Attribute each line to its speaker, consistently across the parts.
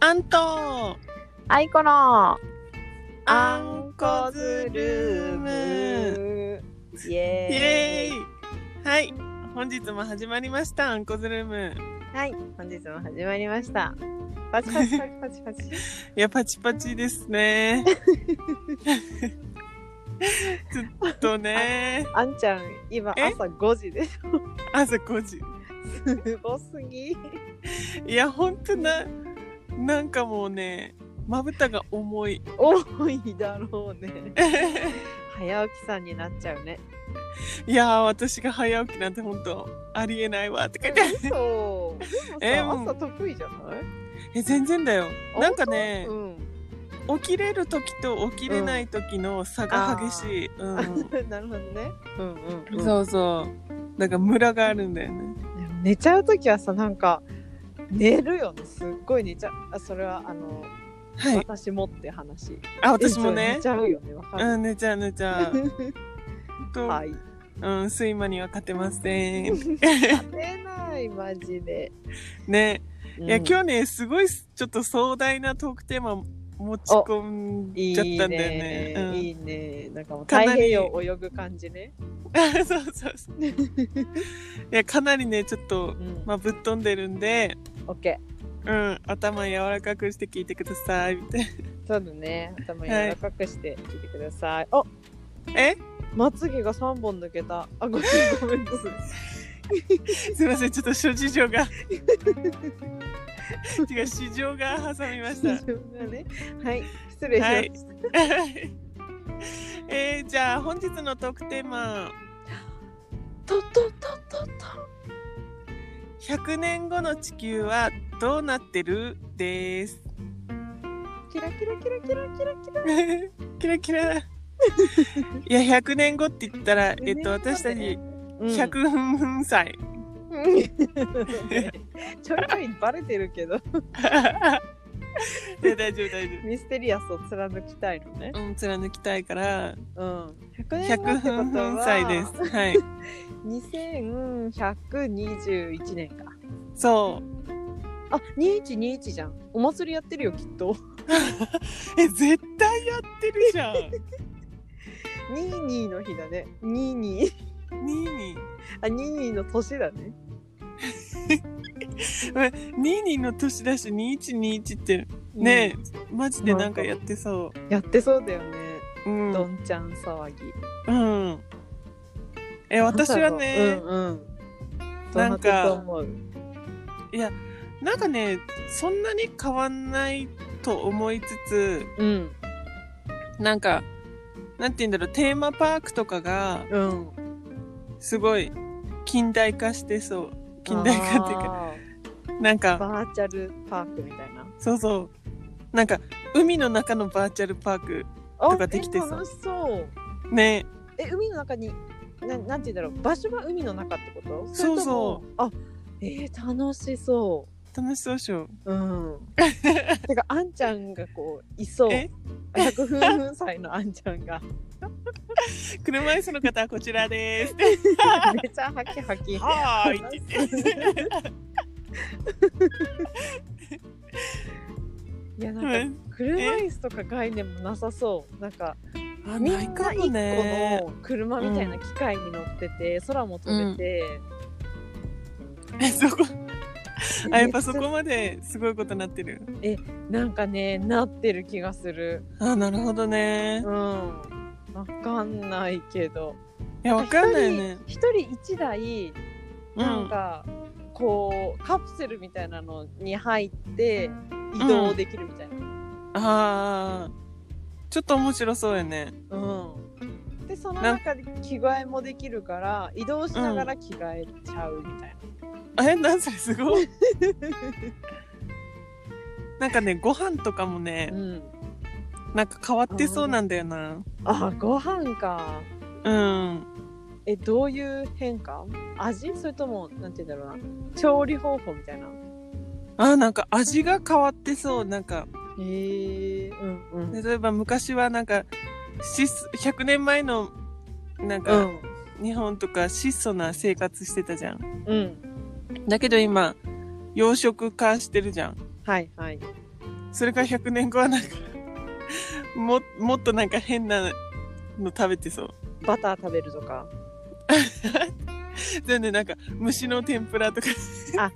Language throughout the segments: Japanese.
Speaker 1: アント
Speaker 2: アイコの
Speaker 1: アンコズルーム
Speaker 2: ムイ
Speaker 1: イ
Speaker 2: エ
Speaker 1: エ
Speaker 2: ーイ
Speaker 1: ーイはい本日も始まりましたアンコズルーム
Speaker 2: はい本日も始まりましたパチパチパチパ チパチ
Speaker 1: いやパチパチですねずっとね
Speaker 2: あんちゃん今
Speaker 1: え
Speaker 2: 朝5時です
Speaker 1: 朝5時
Speaker 2: すごすぎ
Speaker 1: いやほんとななんかもうねまぶたが重い
Speaker 2: 多いだろうね早起きさんになっちゃうね
Speaker 1: いやー私が早起きなんてほんとありえないわって書いてある
Speaker 2: そう
Speaker 1: え
Speaker 2: で
Speaker 1: も
Speaker 2: も
Speaker 1: う
Speaker 2: さ朝得意じゃない
Speaker 1: え全然だよなんかね
Speaker 2: うん
Speaker 1: 起きれる時と起きれない時の差が激しい、うん
Speaker 2: なるほどねうんうん、うん、
Speaker 1: そうそうなんかムラがあるんだよね
Speaker 2: でも寝ちゃう時はさなんか寝るよねすっごい寝ちゃうあそれはあの、
Speaker 1: はい
Speaker 2: 私もって話
Speaker 1: あ私もね
Speaker 2: 寝ちゃうよねわか
Speaker 1: う
Speaker 2: る、
Speaker 1: ん寝ちゃう寝ちゃうと、
Speaker 2: はい
Speaker 1: うん睡魔には勝てませ ん
Speaker 2: 勝てないマジで、
Speaker 1: ねいや
Speaker 2: うん
Speaker 1: 今日ねすごいちょっと壮大なトークテーマ持ち込ん
Speaker 2: い
Speaker 1: じゃっ
Speaker 2: い
Speaker 1: たんだよね
Speaker 2: ね、いいねなんかもう
Speaker 1: か
Speaker 2: 太
Speaker 1: なり
Speaker 2: 平洋泳ぐ感じね、
Speaker 1: うん そうそうそういやかなりねちょっと
Speaker 2: うん
Speaker 1: まあぶっ飛んでるんで
Speaker 2: オッケ
Speaker 1: うん頭柔らかくして聞いてくださいみたい
Speaker 2: ーそうだね頭柔らかくして聞いてください、お
Speaker 1: なえ
Speaker 2: まつげが3本抜けたあごめんごめんなさい
Speaker 1: すみません、ちょっと諸事情が。 違う、市場が挟みました。
Speaker 2: 自分がねはい失礼しま
Speaker 1: はい
Speaker 2: した、
Speaker 1: えー、じゃあ、本日のトークテーマ、
Speaker 2: とっとっとっとっと
Speaker 1: 100年後の地球はどうなってるです。
Speaker 2: キラキラキラキラキラキラ。
Speaker 1: キラキラ。いや、100年後って言ったら、えっと、私たち
Speaker 2: 百。
Speaker 1: 100歳。
Speaker 2: ちょいちょいバレてるけど、
Speaker 1: いや大丈夫、大丈
Speaker 2: ミステリアスを貫きたいのね。
Speaker 1: 夫。うん、貫きたいから、
Speaker 2: うん。百年後ってこと
Speaker 1: 100
Speaker 2: は
Speaker 1: 歳です。。はい。
Speaker 2: 二千百二十一年か。
Speaker 1: そう。
Speaker 2: あ、二一二一じゃん。お祭りやってるよきっと。
Speaker 1: え絶対やってるじゃん
Speaker 2: 二二の日だね。二二。
Speaker 1: ニーニー
Speaker 2: あ、二二の年だね。
Speaker 1: ニーニーの年だし2121ってねえ、マジでなんかやってそ
Speaker 2: うん。やってそうだよね。
Speaker 1: ううん
Speaker 2: どんちゃん騒ぎ。
Speaker 1: うんえ私はね、
Speaker 2: うんうん。
Speaker 1: な
Speaker 2: なんん
Speaker 1: か
Speaker 2: かと思う。
Speaker 1: なんかねそんなに変わんないと思いつつ
Speaker 2: うん
Speaker 1: なんかなんて言うんだろうテーマパークとかが
Speaker 2: うん。
Speaker 1: すごい近代化してそう近代化っていうか
Speaker 2: あー
Speaker 1: なんか
Speaker 2: バーチャルパークみたいな。
Speaker 1: そうそうなんか海の中のバーチャルパーク
Speaker 2: あ
Speaker 1: とかできてそう
Speaker 2: え楽しそう。
Speaker 1: ねえ
Speaker 2: え、海の中に、ななんて言うんだろう、場所が海の中ってこと
Speaker 1: そうそう
Speaker 2: う。あ、えー、楽しそ
Speaker 1: 楽しそうでしょ
Speaker 2: う。うん。てか、あんちゃんがこう、いそう。
Speaker 1: え
Speaker 2: 100分分歳のあんちゃん が
Speaker 1: 車椅子の方はこちらです。
Speaker 2: めちゃハキハキ
Speaker 1: はーいって言って。
Speaker 2: いや
Speaker 1: う
Speaker 2: なんか
Speaker 1: ん
Speaker 2: 車椅子とか概念もなさそうなんか
Speaker 1: あ
Speaker 2: みんな
Speaker 1: ないかも
Speaker 2: 1
Speaker 1: ね。
Speaker 2: 個の車みたいな機械に乗ってて、空も飛べて、
Speaker 1: えそこあやっぱそ
Speaker 2: めち
Speaker 1: こまですごいことになってる。
Speaker 2: ゃなんかねなってる気がする
Speaker 1: あなるほどね
Speaker 2: う。んわかんないけど
Speaker 1: いやわかんないよね。
Speaker 2: 一人一台
Speaker 1: う
Speaker 2: なん
Speaker 1: ん。
Speaker 2: かこうカプセルみたいなのに入って移動できるみたいな、
Speaker 1: ああちょっと面白そうやね。
Speaker 2: うんでその中で着替えもできるから移動しながら着替えちゃうみたい
Speaker 1: えなんそれすごい。
Speaker 2: な、
Speaker 1: なんかねご飯とかもね
Speaker 2: うん
Speaker 1: なんか変わってそうなんだよな。
Speaker 2: あご飯か
Speaker 1: うん。
Speaker 2: えどういう変化味それともなんて言うんだろうな調理方法みたいな
Speaker 1: あなんか味が変わってそうなんか
Speaker 2: へえうんうん
Speaker 1: 例えば昔はなんか質100年前のなん
Speaker 2: う
Speaker 1: か、
Speaker 2: ん
Speaker 1: 日本とか質素な生活してたじゃん。
Speaker 2: うん
Speaker 1: だけど今、養殖化してるじゃん。
Speaker 2: はいはい
Speaker 1: それから100年後はなんか ももっとなんか変なの食べてそう
Speaker 2: バター食べるとか
Speaker 1: でねなんか虫の天ぷらとか
Speaker 2: な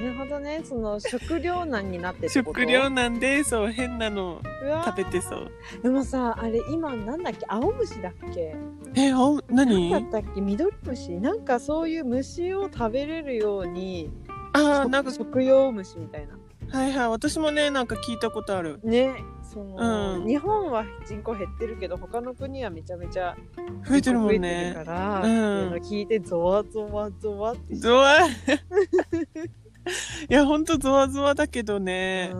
Speaker 2: るほどねその食糧難になってってこと
Speaker 1: 食料なんでそう変なの
Speaker 2: うわー
Speaker 1: 食べてそう
Speaker 2: でもさあれ今なんだっけ青虫だっけ
Speaker 1: えあお
Speaker 2: 何だ
Speaker 1: 何
Speaker 2: ったっけ緑虫なんかそういう虫を食べれるように
Speaker 1: ああなんか
Speaker 2: 食用虫みたいな
Speaker 1: はいはい私もねなんか聞いたことある
Speaker 2: ねその、
Speaker 1: うん
Speaker 2: 日本は人口減ってるけど他の国はめちゃめちゃ
Speaker 1: 増えてるもん
Speaker 2: 増え
Speaker 1: ね
Speaker 2: てるか
Speaker 1: うん
Speaker 2: ら、っていうの聞いてゾワゾワゾワって
Speaker 1: ゾワ いやほんとゾワゾワだけどね
Speaker 2: う、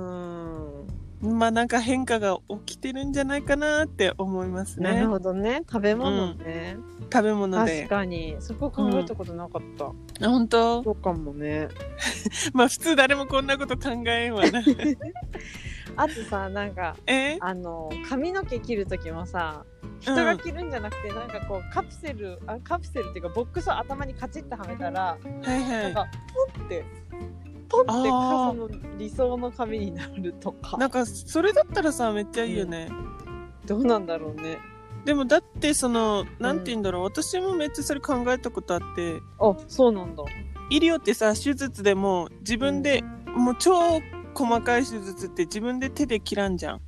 Speaker 2: ん
Speaker 1: まあなんか変化が起きてるんじゃないかなって思います
Speaker 2: なる
Speaker 1: ね
Speaker 2: ほどね食べ物ね、
Speaker 1: 食べ物
Speaker 2: 確
Speaker 1: で
Speaker 2: かにそこ考えたことなかった、
Speaker 1: あ本当
Speaker 2: そうかもね
Speaker 1: まあ普通誰もこんなこと考えんわな
Speaker 2: あとさなんか
Speaker 1: え
Speaker 2: あの髪の毛切る時もさ人が着るんじゃなくて、なんかこうカプセルあカプセルっていうかボックスを頭にカチッてはめたら、
Speaker 1: はい
Speaker 2: な
Speaker 1: は
Speaker 2: んかポンってポンって傘
Speaker 1: あ
Speaker 2: の理想の髪になるとか
Speaker 1: いなんかそれだったらさめっちゃいいよね、
Speaker 2: どうなんだろうね
Speaker 1: でもだってそのなんて言うんだろう、私もめっちゃそれ考えたことあって
Speaker 2: あそうなんだ
Speaker 1: 医療ってさ手術でも自分で、もう超細かい手術って自分で手で切らんじゃん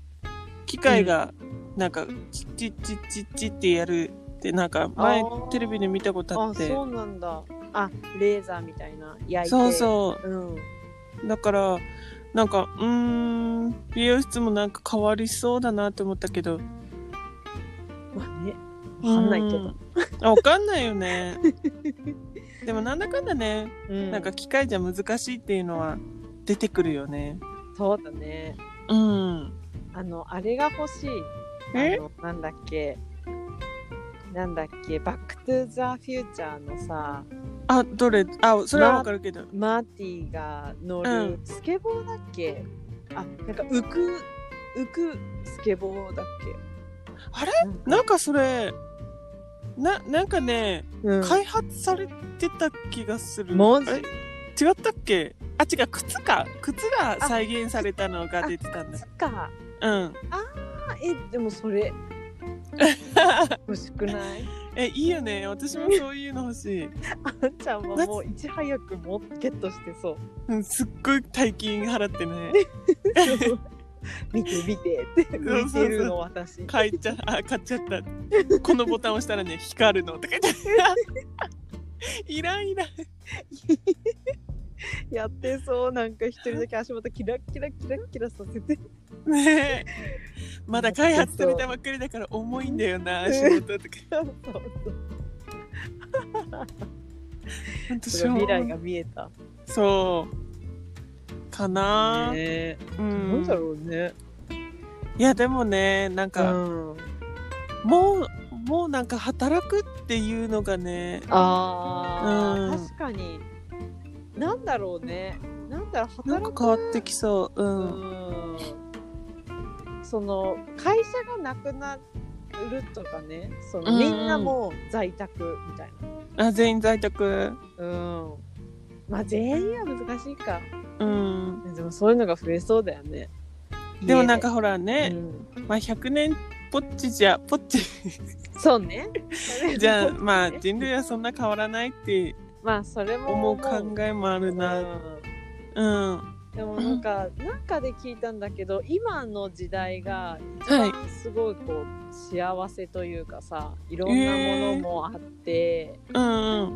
Speaker 1: 機械がなんかチッチッチッチッチッってやるってなんか前
Speaker 2: あー
Speaker 1: テレビで見たことあ
Speaker 2: あ
Speaker 1: って
Speaker 2: そうなんだあレーザーみたいな焼いて、
Speaker 1: そうそう
Speaker 2: うん、
Speaker 1: うだからなんかうーん美容室もなんか変わりそうだなって思ったけど
Speaker 2: まあねわかんないけど
Speaker 1: うんあわかんないよねでもなんだかんだね
Speaker 2: うん
Speaker 1: なんか機械じゃ難しいっていうのは出てくるよね。
Speaker 2: そうだね
Speaker 1: うん。
Speaker 2: あのあれが欲しいあ
Speaker 1: え
Speaker 2: のなんだっけなんだっけバック・トゥ・ザ・フューチャーのさ
Speaker 1: あ、どれあ、それはわかるけど。
Speaker 2: マーティが乗る、
Speaker 1: う
Speaker 2: スケボーだっけあなんか浮く浮くスケボーだっ
Speaker 1: あれ
Speaker 2: けなんか
Speaker 1: なんかそれ、な、なんかね、
Speaker 2: うん
Speaker 1: 開発されてた気がする。
Speaker 2: マジ
Speaker 1: あれ違ったっけあ、違う、靴か。靴が再現されたのが出てたんだ
Speaker 2: そ。っか
Speaker 1: うん。
Speaker 2: あえでも それ欲しくない
Speaker 1: え、いいよね。私もそういうの欲しい。
Speaker 2: あんちゃんはもういち早くもゲットして そう。
Speaker 1: うん、すっごい大金払ってね。
Speaker 2: 見て見てって
Speaker 1: そう
Speaker 2: 見てるの私。
Speaker 1: 買いちゃ、あ、買っちゃった。このボタン押したらね、光るのとか言って。 いらんいらん。
Speaker 2: やってそうなんか一人だけ足元キラッキラキラッキラさせて。
Speaker 1: ねえまだ開発されたばっかりだから重いんだよな仕事とか
Speaker 2: そう
Speaker 1: 本当
Speaker 2: そう未来が見えた。
Speaker 1: そうかな、
Speaker 2: ねえ。
Speaker 1: う
Speaker 2: なん
Speaker 1: ん
Speaker 2: だろうね。
Speaker 1: いやでもねなん
Speaker 2: う
Speaker 1: か、
Speaker 2: ん。
Speaker 1: もうもうなんか働くっていうのがね
Speaker 2: あ
Speaker 1: う
Speaker 2: あ
Speaker 1: ん
Speaker 2: 確かに。なんだろうね。なんだろう
Speaker 1: なん
Speaker 2: 働
Speaker 1: か
Speaker 2: く。
Speaker 1: 変わってきそうう、
Speaker 2: うんん。その会社がなくなるとかね。そのみんなもう在宅みたいな。
Speaker 1: あ全員在宅
Speaker 2: うん。まあ全員は難しいか。
Speaker 1: うん
Speaker 2: でもそういうのが増えそうだよね。
Speaker 1: でもなん
Speaker 2: 家
Speaker 1: かほら
Speaker 2: で、
Speaker 1: ね
Speaker 2: う、
Speaker 1: まあ100年ぽっちじゃぽっち
Speaker 2: んそうね。
Speaker 1: じゃあ まあ人類はそんな変わらないって
Speaker 2: まあそれも
Speaker 1: 思う考えもあるな
Speaker 2: うん
Speaker 1: うん
Speaker 2: でもなんか、なんかで聞いたんだけど、今の時代が一
Speaker 1: は
Speaker 2: 番すごいこう、幸せというかさ、いろんなものもあって、
Speaker 1: うん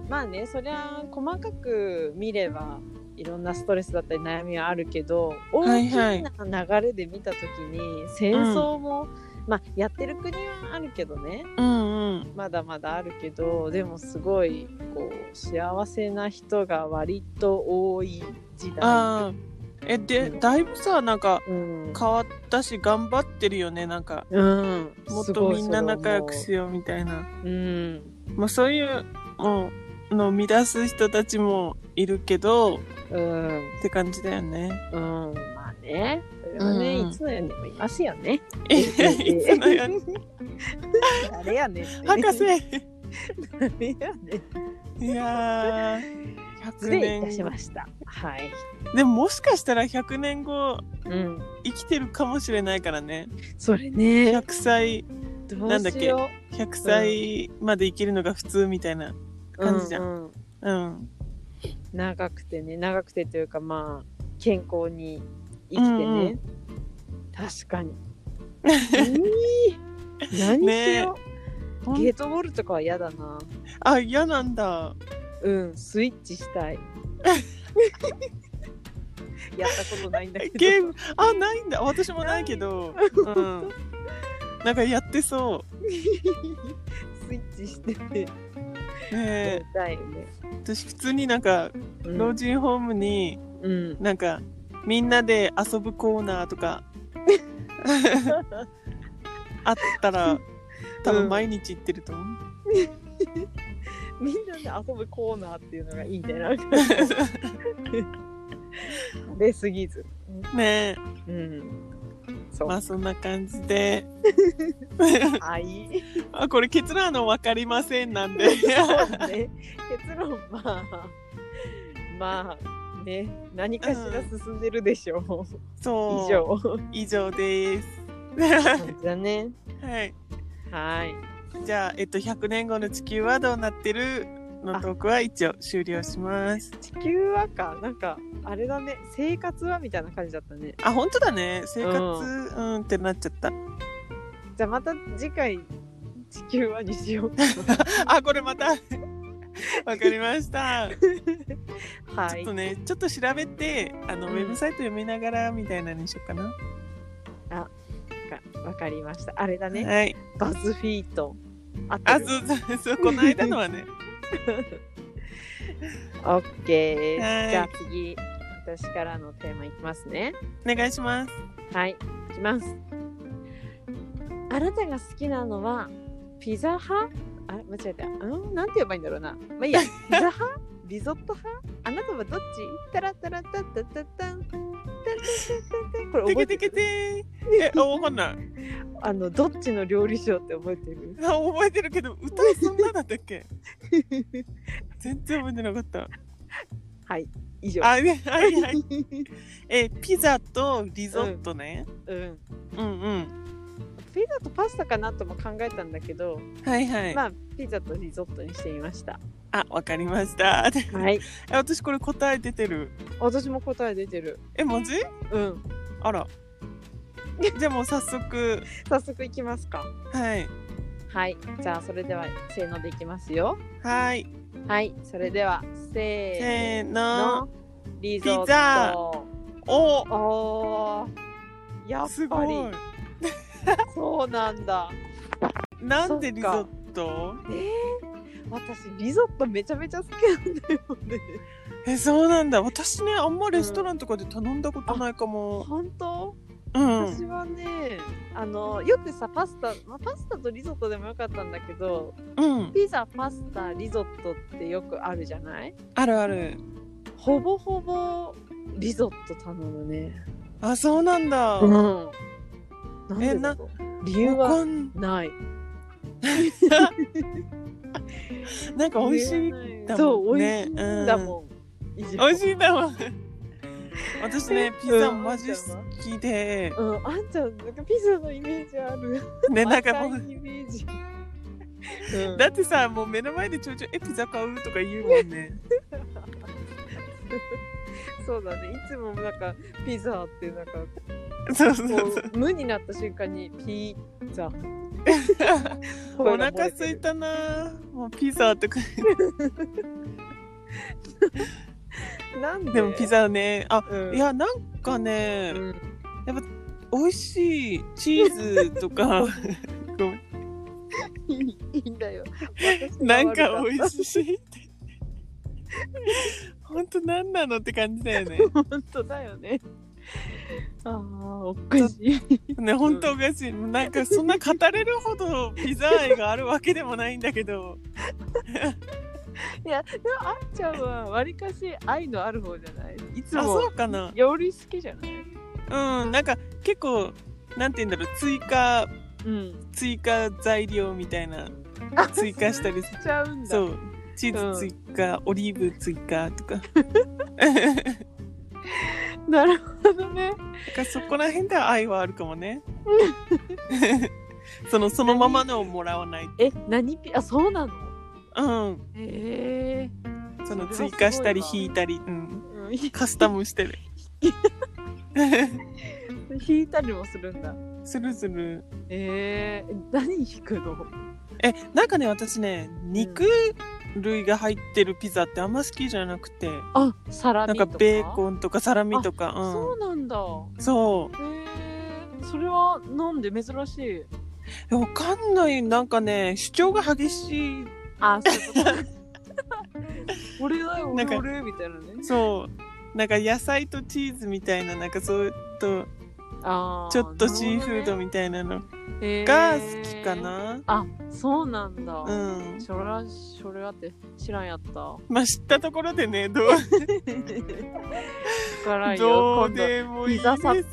Speaker 1: うん
Speaker 2: まあね、そりゃ細かく見れば、いろんなストレスだったり悩みはあるけど
Speaker 1: は
Speaker 2: 大
Speaker 1: い
Speaker 2: き
Speaker 1: はい
Speaker 2: な流れで見た時に戦争も、まあやってる国はあるけどね
Speaker 1: うんうん
Speaker 2: まだまだあるけどでもすごいこう幸せな人が割と多い時代、
Speaker 1: ああえで
Speaker 2: うん
Speaker 1: だいぶさなんか
Speaker 2: うん
Speaker 1: 変わったし頑張ってるよねなんか
Speaker 2: うん、
Speaker 1: もっ
Speaker 2: す
Speaker 1: と
Speaker 2: ごい
Speaker 1: みんな仲良く
Speaker 2: そ
Speaker 1: しようみたいな
Speaker 2: れ思う
Speaker 1: まあそういうもうのを乱す人たちもいるけど
Speaker 2: うん
Speaker 1: って感じだよね。
Speaker 2: うんうんまあねそれはね、
Speaker 1: うん
Speaker 2: いつの世にもいますよね
Speaker 1: いつのように
Speaker 2: あれやねんって
Speaker 1: 博士
Speaker 2: あれやねん
Speaker 1: いやー100
Speaker 2: でいた
Speaker 1: 年
Speaker 2: しました。はい。
Speaker 1: でももしかしたら100年後
Speaker 2: うん。
Speaker 1: 生きてるかもしれないからね
Speaker 2: それね
Speaker 1: 100。歳
Speaker 2: ど
Speaker 1: なんだ
Speaker 2: う
Speaker 1: っ
Speaker 2: し
Speaker 1: け
Speaker 2: よ
Speaker 1: 100歳まで生きるのが普通みたいな
Speaker 2: う。
Speaker 1: 感じじゃん
Speaker 2: うんうん
Speaker 1: うん
Speaker 2: 長くてね、長くてというかまあ、健康に生きて
Speaker 1: うんう
Speaker 2: ね。確かに。えー何しよう、ゲートボールとかは嫌だな。
Speaker 1: あ嫌なんだ
Speaker 2: うん、スイッチしたい。やったことないんだけど。
Speaker 1: ゲームあないんだ私もないけどうんなんかやってそ
Speaker 2: スイッチしてて、
Speaker 1: う
Speaker 2: や
Speaker 1: ねえ
Speaker 2: りたいよね。
Speaker 1: 私普通になんか
Speaker 2: う
Speaker 1: 老人ホームに
Speaker 2: うん。
Speaker 1: なんかみんなで遊ぶコーナーと かあったら多分毎日行ってると思う、
Speaker 2: みんなで遊ぶコーナーっていうのがいいんじゃ ない食べ過ぎず。
Speaker 1: ねえ
Speaker 2: うん。そう。
Speaker 1: まあそんな感じで
Speaker 2: はい。
Speaker 1: あこれ結論の分かりませんなんで
Speaker 2: そうね。結論、まあ、まあ、ね、何かしら進んでるでしょう。
Speaker 1: そう
Speaker 2: 以上。
Speaker 1: 以上です
Speaker 2: 感じだね。
Speaker 1: はい
Speaker 2: はい。
Speaker 1: じゃあ、えっと、100年後の地球はどうなってるのトークは一応終了します。
Speaker 2: 地球はか、なんか、あれだね、生活はみたいな感じだったね。
Speaker 1: あ、本当だね。生活、う、
Speaker 2: うん
Speaker 1: ってなっちゃった。
Speaker 2: じゃあまた次回、地球はにしよ うか
Speaker 1: あ、これまた。 わかりました。
Speaker 2: な。は
Speaker 1: ちょっ
Speaker 2: い
Speaker 1: と。ね、ちょっと調べて、あの、
Speaker 2: うん
Speaker 1: ウェブサイト読みながらみたいなのにしようかな。
Speaker 2: わかりました。あれだね、
Speaker 1: はい。
Speaker 2: バズフィート。あ
Speaker 1: あ、そうそう、そう、この間のはね。
Speaker 2: オッケ
Speaker 1: は
Speaker 2: ー。
Speaker 1: い
Speaker 2: じゃあ次、私からのテーマいきますね。
Speaker 1: お願いします。
Speaker 2: はい、いきます。あなたが好きなのはピザ派あれ間違えた。うん、なんて言えばいいんだろうな。まあい いや、ピザ派リゾット派あなたはどっちタラタラタタタタン。タンタンタンタンタンこれ
Speaker 1: て
Speaker 2: 覚
Speaker 1: けて
Speaker 2: えて
Speaker 1: け
Speaker 2: る
Speaker 1: て ー。え、あわかんない。
Speaker 2: あのどっちの料理賞って覚えて る
Speaker 1: あ覚えてるけど、歌いそんなだったっけ 全然覚えてなかった。
Speaker 2: はい以上
Speaker 1: あ、はいはいはい。えーピザとリゾットね、
Speaker 2: うん
Speaker 1: うん、うん
Speaker 2: ピザとパスタかなとも考えたんだけど、
Speaker 1: はいはい、
Speaker 2: まあピザとリゾットにしてみました
Speaker 1: あわかりました、
Speaker 2: はい
Speaker 1: 私これ答え出てる
Speaker 2: 私も答え出てる
Speaker 1: えマジ
Speaker 2: うん
Speaker 1: あらじゃあもう早速
Speaker 2: 早速いきますか
Speaker 1: はい
Speaker 2: はい、じゃあそれではせーのでいきますよ。
Speaker 1: はい
Speaker 2: はい、それでは
Speaker 1: せ
Speaker 2: せ
Speaker 1: ー
Speaker 2: ー
Speaker 1: の
Speaker 2: の。リゾット。
Speaker 1: ピザお
Speaker 2: おーやっ
Speaker 1: す
Speaker 2: ぱり
Speaker 1: ごい
Speaker 2: そうなんだ。
Speaker 1: なんでリゾット
Speaker 2: 私リゾットめちゃめちゃ好きなんだよね。
Speaker 1: えそうなんだ私ねあんまレストランとかで頼んだことないかも、
Speaker 2: 本当？
Speaker 1: うん
Speaker 2: 私はね、あのよくさパスタ、まあパスタとリゾットでもよかったんだけど、
Speaker 1: うん
Speaker 2: ピザ、パスタ、リゾットってよくあるじゃない？
Speaker 1: あるある
Speaker 2: ほぼほぼリゾット頼むね。
Speaker 1: あそうなんだ、わ
Speaker 2: うん。なんでだろう理由は
Speaker 1: かん
Speaker 2: ない。
Speaker 1: なんか美味しいだ
Speaker 2: そ
Speaker 1: も
Speaker 2: う、
Speaker 1: ん
Speaker 2: 美
Speaker 1: ね
Speaker 2: 味しいんだもん。美
Speaker 1: 美味しいだわ私ねピザマジ好きで、
Speaker 2: うん、あんちゃん、なんかピザのイメージある。
Speaker 1: ねなんかも
Speaker 2: 赤
Speaker 1: う
Speaker 2: いイメ ージ。うん
Speaker 1: だってさもう目の前でちょいちょい「えピザ買う?」とか言うもんね
Speaker 2: そうだね。いつもなんかピザってなんかこ
Speaker 1: そうそうそう
Speaker 2: う無になった瞬間にピーザ。
Speaker 1: お腹すいたなもうピザとか
Speaker 2: なんで
Speaker 1: でもピ。ザねあ
Speaker 2: うん
Speaker 1: いやなんかね
Speaker 2: うん
Speaker 1: 美味しいチーズと かごめん
Speaker 2: いいいいんだよ。
Speaker 1: なんか
Speaker 2: お
Speaker 1: 美味しいって本当何なのって感じだよね
Speaker 2: 本当だよね。ああ、おかしい。
Speaker 1: ね、本当おかしい。なんかそんな語れるほどピザ愛があるわけでもないんだけど。
Speaker 2: いや、でもあんちゃんはわりかし愛のある方じゃないいつ
Speaker 1: あ、 そ
Speaker 2: も
Speaker 1: うかな。
Speaker 2: より好きじゃない
Speaker 1: うん、なんか結構、なんて言うんだろう、追加、
Speaker 2: うん。
Speaker 1: 追加材料みたいな、追加したりす
Speaker 2: ちゃうんだ。
Speaker 1: そう、チーズ追加、オリーブ追加とか
Speaker 2: なるほどね。
Speaker 1: だからそこら辺では愛はあるかも ねそのそのままのをもらわない
Speaker 2: え、何ピあ、そうなの
Speaker 1: うん
Speaker 2: ええ
Speaker 1: その追加したり
Speaker 2: それは
Speaker 1: 引い
Speaker 2: すごいわ
Speaker 1: たり、うん、
Speaker 2: うんひ
Speaker 1: カスタム してる
Speaker 2: 引いたりもするんだ。
Speaker 1: するする
Speaker 2: ええ何引くの
Speaker 1: えなんかね私ね肉類が入ってるピザってあんま好きじゃなくて
Speaker 2: あ、サラ
Speaker 1: な
Speaker 2: ミ
Speaker 1: ん
Speaker 2: とか。
Speaker 1: かベー
Speaker 2: ン。
Speaker 1: コンとかサラミとかうん
Speaker 2: そうなんだ。
Speaker 1: そう
Speaker 2: ええそれはなんで珍しい。
Speaker 1: えわかんないなんかね主張が激しい
Speaker 2: あ、そういうことね俺だよ、
Speaker 1: なんか
Speaker 2: 俺俺みたいなね。
Speaker 1: そうなんか野菜とチーズみたいななんかそうと
Speaker 2: あー
Speaker 1: ちょっとシーフードみたいなのが
Speaker 2: なるほど
Speaker 1: 好
Speaker 2: ね
Speaker 1: きか。な、
Speaker 2: あ、そうなんだ。
Speaker 1: うん
Speaker 2: それは、それはって知らん やった。
Speaker 1: まあ知ったところでねどう
Speaker 2: からん
Speaker 1: どう
Speaker 2: よ、今度。
Speaker 1: でもいいで
Speaker 2: ピザサ
Speaker 1: すよ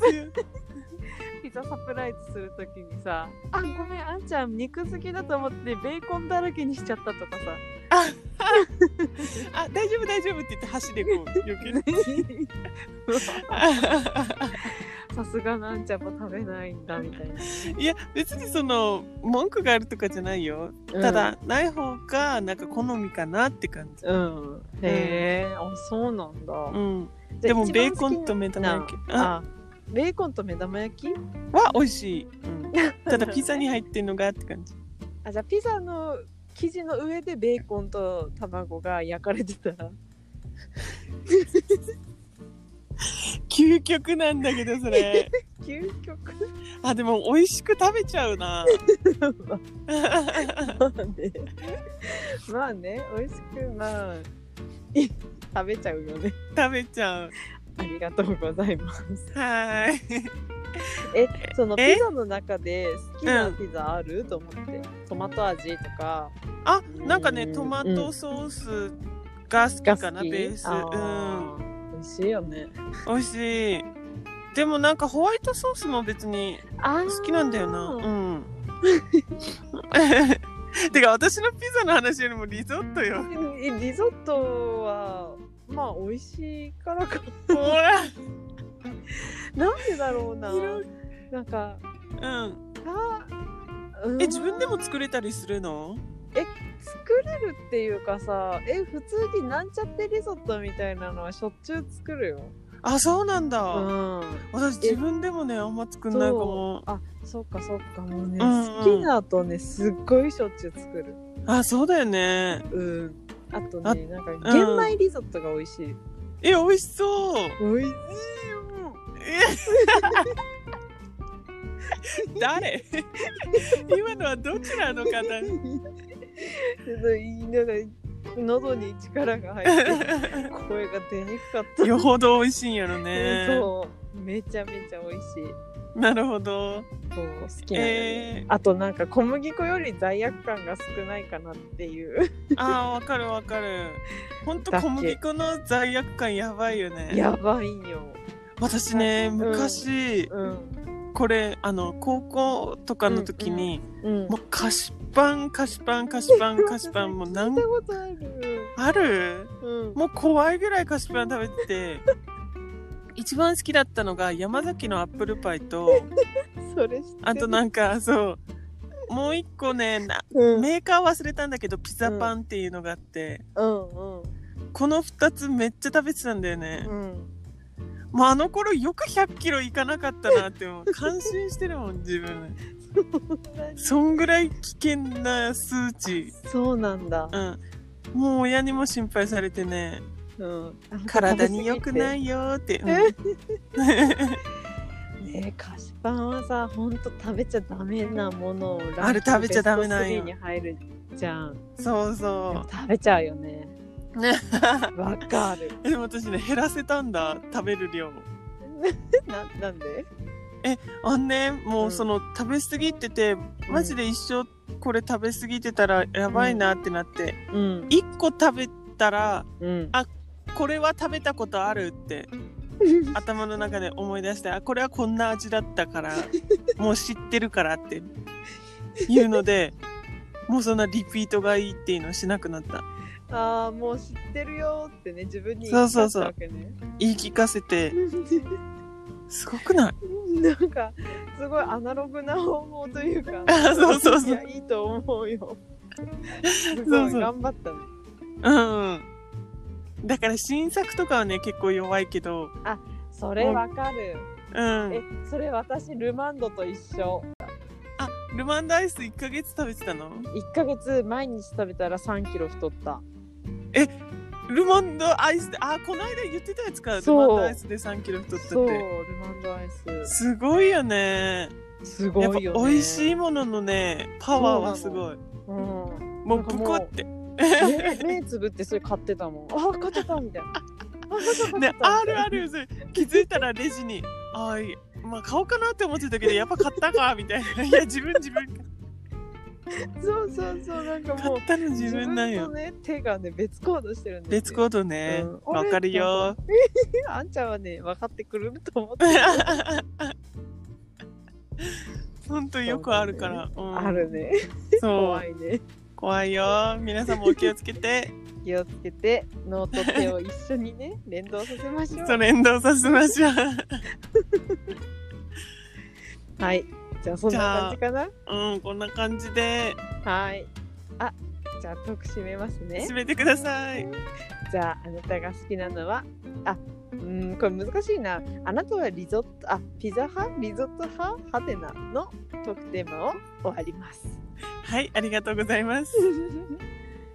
Speaker 2: ピザサプライズするときにさ、あ、ごめん、あんちゃん、肉好きだと思って、ベーコンだらけにしちゃったとかさ。
Speaker 1: あ大丈夫大丈夫って言って箸でこう避 ける
Speaker 2: さすがなんちゃんも食べないんだみたいな。
Speaker 1: いや別にその文句があるとかじゃないよただ、ない方がなんか好みかなって感じ
Speaker 2: うん、うん。へえ、あ、そうなんだ。
Speaker 1: うん
Speaker 2: じゃ
Speaker 1: で
Speaker 2: あ
Speaker 1: も
Speaker 2: 一
Speaker 1: ベー
Speaker 2: 番
Speaker 1: コンと目玉焼き
Speaker 2: 好き
Speaker 1: あ
Speaker 2: なあ、ベーコンと目玉焼き
Speaker 1: は美味しい、うん、ただピザに入ってるのがって感じ
Speaker 2: あ、じゃあピザの生地の上でベーコンと卵が焼かれてたら。
Speaker 1: 究極なんだけどそ れ
Speaker 2: 究極
Speaker 1: あでも美味しく食べちゃうな
Speaker 2: まあね。 まあね、美味しく、まあ、い食べちゃうよね。
Speaker 1: 食べちゃう
Speaker 2: ありがとうございます。
Speaker 1: はーい
Speaker 2: え、その
Speaker 1: え
Speaker 2: ピザの中で好きなピザある、と思って。トマト味とか。
Speaker 1: あなんかね
Speaker 2: うん
Speaker 1: トマトソースが好き
Speaker 2: が
Speaker 1: かな
Speaker 2: 好き
Speaker 1: ベース
Speaker 2: あ
Speaker 1: う
Speaker 2: ー美味しいよね。
Speaker 1: ん美味しいでもなんかホワイトソースも別に
Speaker 2: あ
Speaker 1: 好きなんだよなうん てか私のピザの話よりもリゾットよ
Speaker 2: えリゾットはまあ美味しいからか
Speaker 1: ほ ら
Speaker 2: なんでだろうな
Speaker 1: 広
Speaker 2: なんか
Speaker 1: うん
Speaker 2: あうーん
Speaker 1: え自分でも作れたりするの
Speaker 2: 作れるっていうかさえ普通になんちゃってリゾットみたいなのはしょっちゅう作るよ
Speaker 1: あそうなんだ、
Speaker 2: うん
Speaker 1: 私
Speaker 2: え
Speaker 1: 自分でもねあんま作んないかも
Speaker 2: あそっかそっかもうね、
Speaker 1: うんうん
Speaker 2: 好きなとねすっごいしょっちゅう作る
Speaker 1: あそうだよね
Speaker 2: うんあと
Speaker 1: あ
Speaker 2: ねなんか玄米リゾットが美味しい、
Speaker 1: え美味し そう
Speaker 2: 美味しいよ
Speaker 1: え誰 今のはどちらの 方
Speaker 2: ちょっといいなんか喉に力が入って声が出にくかった、
Speaker 1: よほど美味しいんやろね
Speaker 2: そうめちゃめちゃ美味しい
Speaker 1: なるほど
Speaker 2: そう好きなんだよね、
Speaker 1: え
Speaker 2: あとなんか小麦粉より罪悪感が少ないかなっていう
Speaker 1: ー、あーわかるわかるほんと
Speaker 2: だっけ
Speaker 1: 小麦粉の罪悪感やばいよね
Speaker 2: やばいよ
Speaker 1: 私ね
Speaker 2: ん
Speaker 1: 昔、
Speaker 2: うん
Speaker 1: これあの高校とかの時に、
Speaker 2: うん
Speaker 1: もう菓子パン菓子パン菓子パン菓子パンもう
Speaker 2: 聞
Speaker 1: 何
Speaker 2: いたことある
Speaker 1: ある
Speaker 2: うん
Speaker 1: もう怖いぐらい菓子パン食べてて一番好きだったのが山崎のアップルパイと
Speaker 2: それ知ってる
Speaker 1: あとなんかそうもう一個ねな
Speaker 2: うん
Speaker 1: メーカー忘れたんだけどピザパンっていうのがあって、
Speaker 2: うんうん
Speaker 1: この2つめっちゃ食べてたんだよね、
Speaker 2: うん
Speaker 1: もうあの頃よく1 0 0キロいかなかったなってもう感心してるもん自分そんぐらい危険な数値
Speaker 2: そうなんだ
Speaker 1: うんもう親にも心配されてね
Speaker 2: うん
Speaker 1: 体に良く
Speaker 2: い
Speaker 1: ないよーって、うん
Speaker 2: えねえ菓子パンはさほんと食べちゃダメなものを
Speaker 1: あれ食べちゃダメなんよ
Speaker 2: ベスト3に入るじゃん
Speaker 1: そう
Speaker 2: で
Speaker 1: そ
Speaker 2: も食べちゃうよね
Speaker 1: うね
Speaker 2: わか る
Speaker 1: えでも私ね減らせたんだ食べる量
Speaker 2: ななんで
Speaker 1: あんねも
Speaker 2: うん
Speaker 1: うその、食べ過ぎててマジで一生これ食べ過ぎてたらやばいなってなって、
Speaker 2: うん
Speaker 1: 一1個食べたら
Speaker 2: うん
Speaker 1: これは食べたことあるって頭の中で思い出してあこれはこん な味だったからもう知ってるからっていうのでもうそんなリピートがいいっていうのをしなくなった
Speaker 2: ああもう知ってるよってね自分に
Speaker 1: そうそうそう
Speaker 2: 言い聞かせたわけね
Speaker 1: 言い聞かせてすごくない
Speaker 2: なんかすごいアナログな方法というか
Speaker 1: あ そうそうそう
Speaker 2: やいいと思 うよすごい
Speaker 1: そうそう
Speaker 2: 頑張ったね
Speaker 1: うんうんだから新作とかはね結構弱いけど
Speaker 2: それわかる、
Speaker 1: うん
Speaker 2: えそれ私ルマンドと一緒
Speaker 1: あルマンドアイス1ヶ月食べてたの
Speaker 2: 1ヶ月毎日食べたら3キロ太った
Speaker 1: ルマンドアイスであこの間言ってたやつかル
Speaker 2: そう
Speaker 1: マンドアイスで3キロ太った
Speaker 2: そう
Speaker 1: っ
Speaker 2: ル
Speaker 1: て
Speaker 2: マンドアイス
Speaker 1: すごいよね
Speaker 2: す
Speaker 1: や
Speaker 2: ご
Speaker 1: っぱ
Speaker 2: いよね
Speaker 1: 美味しいもののねパワーはすごい
Speaker 2: うん、
Speaker 1: もうブコって
Speaker 2: 目 目つぶってそれ買ってたもんあ買ってたみたいなあ買ってた買ってたみた
Speaker 1: ね
Speaker 2: いな
Speaker 1: あるあるそれ気づいたらレジにあーいまあ買おうかなって思ってたけどやっぱ買ったかみたいないや自分自分
Speaker 2: そうそうそうなんかも
Speaker 1: 買
Speaker 2: う
Speaker 1: ったの自分なん
Speaker 2: 自
Speaker 1: よ
Speaker 2: 分とね手がね別行動してるんですよ
Speaker 1: 別行動ね
Speaker 2: うん
Speaker 1: わかるよ
Speaker 2: あんちゃんはね分かってくると思って
Speaker 1: ほんとよくあるからうん
Speaker 2: あるね
Speaker 1: そ
Speaker 2: 怖
Speaker 1: う
Speaker 2: いね
Speaker 1: 怖いよ皆さんもお気をつけて
Speaker 2: 気をつけて脳と手を一緒にね連動させましょ
Speaker 1: そう
Speaker 2: う
Speaker 1: 連動させましょう
Speaker 2: はいじゃあそんな感じかな
Speaker 1: うんこんな感じで
Speaker 2: はいあじゃあ特締めますね
Speaker 1: 締めてください
Speaker 2: じゃああなたが好きなのはあうーんこれ難しいなあなたはリゾットあピザ派リゾット派ハテナのトークテーマを終わります。
Speaker 1: はいありがとうございます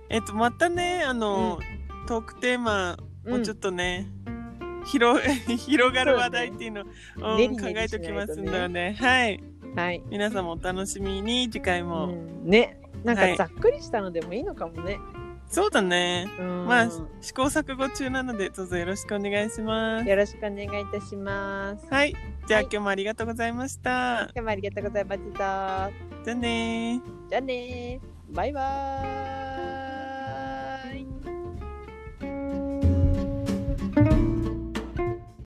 Speaker 1: えっとまたねあのトークテーマ もうちょっ
Speaker 2: っ
Speaker 1: とね、広 広がる話題っていうのをうん
Speaker 2: 練り
Speaker 1: 考え
Speaker 2: 練り
Speaker 1: てお
Speaker 2: し
Speaker 1: き
Speaker 2: な
Speaker 1: ま
Speaker 2: いと
Speaker 1: す
Speaker 2: ね
Speaker 1: んでねはい
Speaker 2: とはい、
Speaker 1: 皆さんもお楽しみに次回も、
Speaker 2: うんねなん
Speaker 1: は
Speaker 2: か
Speaker 1: い
Speaker 2: ざっくりしたのでもいいのかもね。
Speaker 1: そうだね
Speaker 2: うん
Speaker 1: まあ試行錯誤中なのでどうぞよろしくお願いします
Speaker 2: よろしくお願いいたします。今
Speaker 1: はいじゃあ、
Speaker 2: はい
Speaker 1: 今日もありがとうございました
Speaker 2: 日もありがとうございました。
Speaker 1: じゃあねー
Speaker 2: じゃあねーバイバーイ